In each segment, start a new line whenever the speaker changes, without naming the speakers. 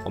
我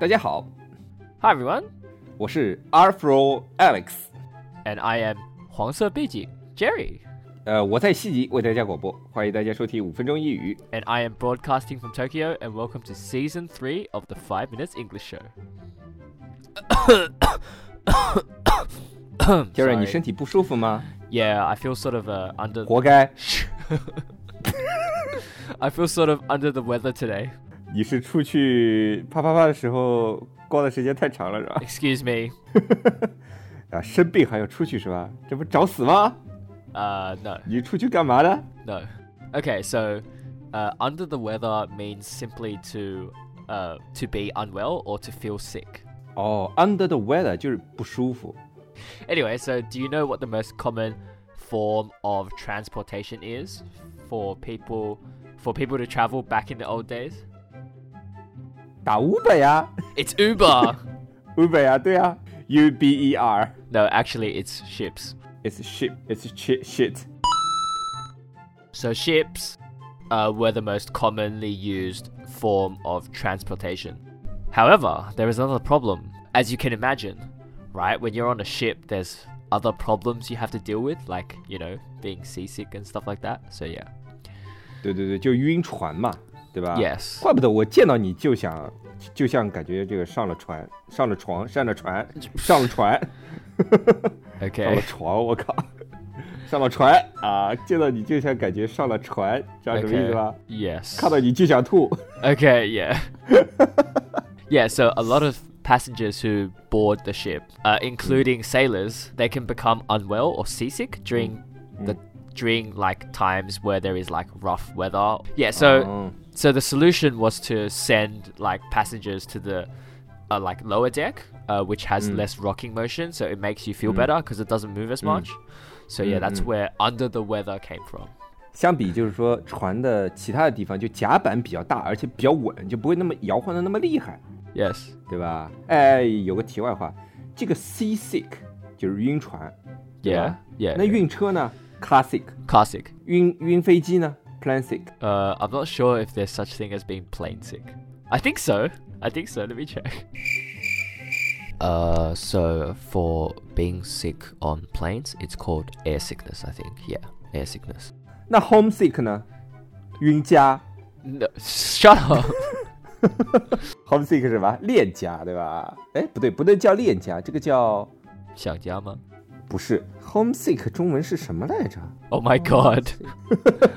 大家好，
Hi everyone,
我是 Afro Alex，
and I am 黄色背景 Jerry,
呃，我在悉尼为大家广播，欢迎大家收听五分钟英语。
and I am broadcasting from Tokyo, and welcome to Season Three of the Five Minutes English Show.
杰瑞，
Sorry.
你身体不舒服吗？
Yeah, I feel sort of uh, under.
活该，
I feel sort of under the weather today.
你是出去啪啪啪的时候逛的时间太长了是吧？
Excuse me.
啊，生病还要出去是吧？这不找死吗？
Uh, no.
你出去干嘛呢？
No. Okay, so uh, under the weather means simply to uh, to be unwell or to feel sick.
哦、u n d e r the weather 就是不舒服。
Anyway, so do you know what the most common form of transportation is for people for people to travel back in the old days?
打 Uber 呀
It's Uber.
，Uber 呀，对呀，U B E R。
no, actually, it's ships.
It's shit, it's shit, shit.
So ships uh, were the most commonly used form of transportation. However, there is another problem, as you can imagine, right? When you're on a ship, there's other problems you have to deal with, like you know being seasick and stuff like that. So yeah,
对对对，就晕船嘛，对吧
Yes
怪不得我见到你就想，就像感觉这个上了船，上了床，上了船，上了船，上了
okay,
床，我靠，上了船啊！见到你就像感觉上了船，知道什么意思
okay,
吧
yes,
看到你就想吐。
okay, yeah, yeah. So a lot of passengers who board the ship, uh, including sailors, they can become unwell or seasick during the during like times where there is like rough weather. Yeah, so so the solution was to send like passengers to the uh, like lower deck, uh, which has less rocking motion, so it makes you feel better because it doesn't move as much. So yeah, that's where under the weather came from.
相比就是说船的其他的地方，就甲板比较大，而且比较稳，就不会那么摇晃的那么厉害，
Yes.
对吧？哎，有个题外话，这个 seasick 就是晕船，对
Yeah.
吧
Yeah.
那晕车呢？classic，
classic.
晕晕飞机呢？plan sick。
Uh, I'm not sure if there's such thing as being plain sick. I think so. I think so. Let me check. Uh, so for being sick on planes, it's called air sickness. I think. Yeah, air sickness.
那 homesick 呢？晕家
No, shut up.
homesick 是吧？恋家对吧？哎，不对，不能叫恋家，这个叫
想家吗？
不是 homesick，中文是什么来着？
Oh my god.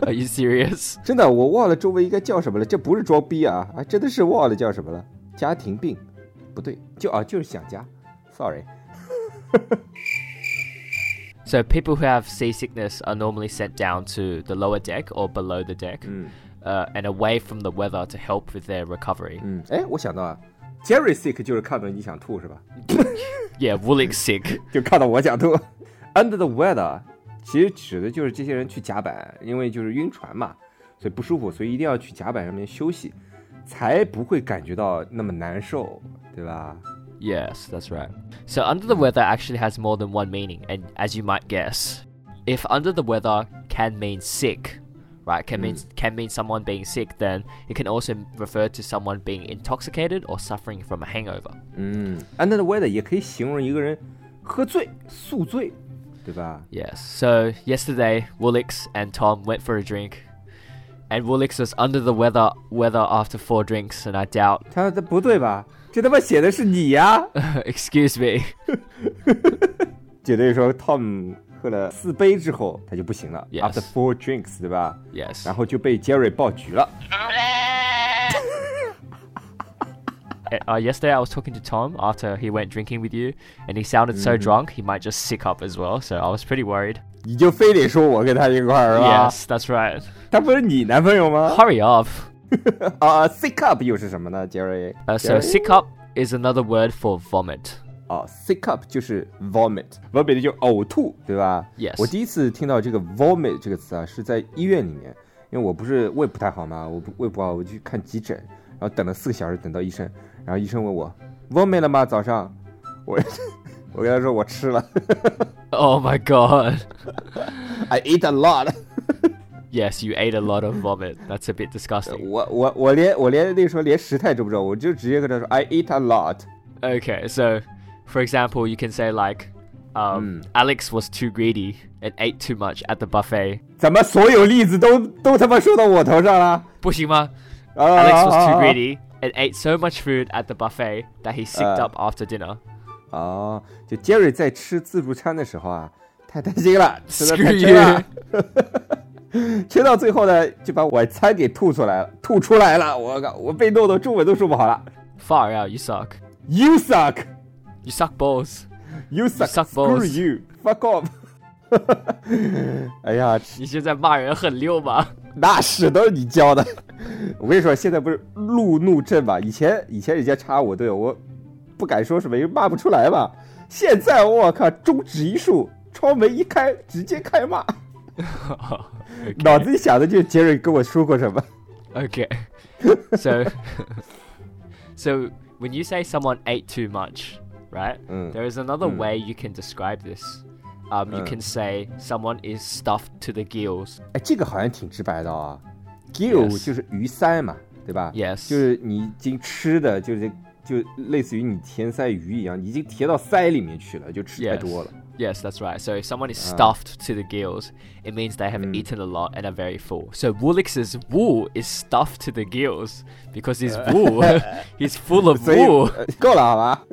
Are you serious?
真的，我忘了中文应该叫什么了，这不是装逼啊，啊，真的是忘了叫什么了。家庭病，不对，就啊就是想家，sorry。
So people who have seasickness are normally sent down to the lower deck or below the deck, uh, and away from the weather to help with their recovery.
嗯，哎，我想到啊，Jerry sick 就是看到你想吐是吧？
Yeah, Wooling sick.
就看到我想吐。Under the weather 其实指的就是这些人去甲板，因为就是晕船嘛，所以不舒服，所以一定要去甲板上面休息，才不会感觉到那么难受，对吧？
Yes, that's right. So, under the weather actually has more than one meaning, and as you might guess, if under the weather can mean sick, right, can mean can mean someone being sick, then it can also refer to someone being intoxicated or suffering from a hangover.
嗯，Under the weather 也可以形容一个人喝醉、宿醉，对吧？
Yes. So yesterday, Woolix and Tom went for a drink, and Woolix was under the weather weather after four drinks, and I doubt.
他他不对吧？这他妈写的是你呀、
excuse me.
绝对说 Tom 喝了四杯之后他就不行了
Yes
after four drinks，对吧？
Yes.
然后就被 Jerry 爆菊了。
uh, yesterday I was talking to Tom after he went drinking with you, and he sounded so drunk he might just sick up as well. So I was pretty worried.
你就非得说我跟他一块儿是吧
Yes, that's right.
他不是你男朋友吗？
Hurry up.
啊、s i c k up 又是什么呢，Jerry？
Uh, so
Jerry？
sick up is another word for vomit.
哦，sick up 就是 vomit，vomit 就呕吐，对吧
Yes
我第一次听到这个 vomit 这个词啊，是在医院里面，因为我不是胃不太好嘛，我不胃不好，我去看急诊，然后等了四个小时，等到医生，然后医生问我 vomit 了吗？早上，我 我跟他说我吃了
Oh my god.
，I eat a lot
Yes, you ate a lot of vomit. That's a bit disgusting.
我。我我连我连那时候连时态都不知道，我就直接跟他说 I eat a lot。
Okay, so for example, you can say like, um, Alex was too greedy and ate too much at the buffet.
怎么所有例子都都他妈说到我头上了？
Bushima,
啊
Alex was
啊
too
啊
greedy and ate so much food at the buffet that he sicked
Uh.
up after dinner.
哦，就 Jerry 在吃自助餐的时候啊，太贪心 了，吃的太
Screw
撑了， 吃到最后呢，就把晚餐给吐出来了，吐出来了，我靠，我被弄得中文都说不好了。
Far out, you suck.
You suck,
You suck balls.
you suck,
suck
screw
balls.
you, fuck off 。哎呀，
你是在骂人很溜吗？
那屎都是你教的。我跟你说，现在不是路怒症吧？以前以前人家插我队友，我不敢说什么，因为骂不出来嘛。现在我靠，中指一竖，窗门一开，直接开 骂。脑子里想的就是杰瑞跟我说过什么。
Okay. So, so when you say someone ate too much, right?
Mm.
There is another way you can describe this. Um, you can say someone is stuffed to the gills.
哎，这个好像挺直白的啊。gill
Yes.
就是鱼鳃嘛，对吧
Yes.
就是你已经吃的，就是就类似于你填塞鱼一样，你已经填到鳃里面去了，就吃太
Yes.
多了。
Yes, that's right. So if someone is stuffed to the gills, it means they have eaten a lot and are very full. So Woolix's wool is stuffed to the gills because he's wool. he's full of
所以、
wool.
呃够了好吧？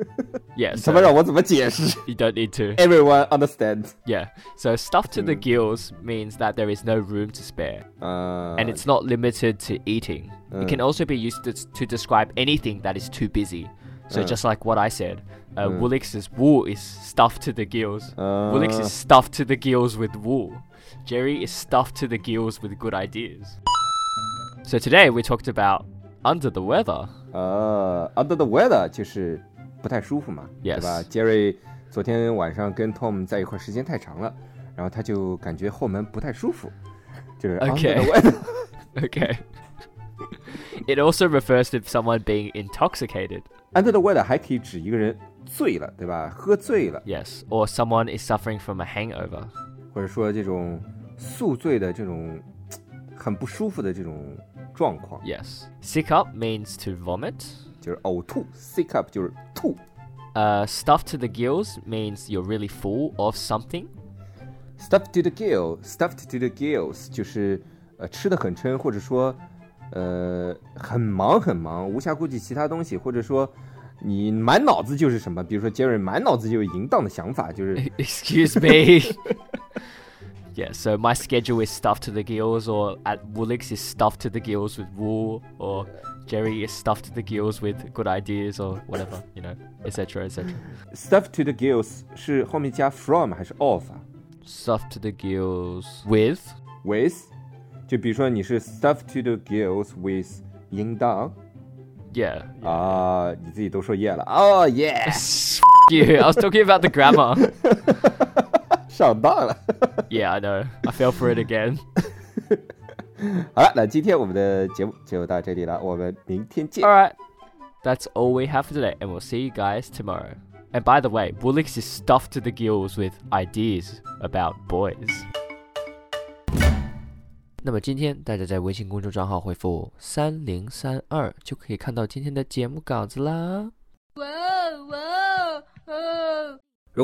Yes.
他妈让我怎么解释
you don't need to.
？Everyone understand？
Yeah. So stuffed to the
Hmm.
gills means that there is no room to spare.
呃
and it's not limited to eating. It can also be used to, to describe anything that is too busy. So just like what I said, uh,
Hmm.
Woolix's wool is stuffed to the gills.
Uh, 呃
Woolix is stuffed to the gills with wool. Jerry is stuffed to the gills with good ideas. So today we talked about under the weather.
呃，under the weather 就是不太舒服嘛
Yes
对吧？Jerry 昨天晚上跟 Tom 在一块儿时间太长了，然后他就感觉后门不太舒服，就是
Okay
under the weather。
Okay. it also refers to someone being intoxicated.
under the weather 还可以指一个人醉了，对吧？喝醉了，
Yes, or someone is suffering from a hangover.
或者说这种宿醉的这种嘖很不舒服的这种状况，
Yes. Sick up means to vomit.
就是呕吐，sick up 就是吐。
Uh, stuffed to the gills means you're really full of something.
Stuffed to the gill，stuffed to the gills 就是呃吃的很撑，或者说呃很忙很忙，无暇顾及其他东西，或者说你满脑子就是什么，比如说 Jerry 满脑子就是淫荡的想法，就是
哎 Excuse me. yeah, so my schedule is stuffed to the gills, or at Woolix is stuffed to the gills with wool, or Jerry is stuffed to the gills with good ideas, or whatever, you know, etc. etc.
stuffed to the gills 是后面加 from 还是 of 啊
Stuffed to the gills with.
？with 就比如说你是 stuffed to the gills with 淫荡
Yeah.
啊，你自己都说 yeah 了，哦 yeah
F- you. I was talking about the grammar.
上当了。
yeah, I know. I fell for it again.
好了，那今天我们的节目就到这里了，我们明天见
All。right. That's all we have for today, and we'll see you guys tomorrow. And by the way, Woolix is stuffed to the gills with ideas about boys. 那么今天大家在微信公众账号回复三零三二，就可以看到今天的节目稿子啦。
哇哦哇哦哦！
如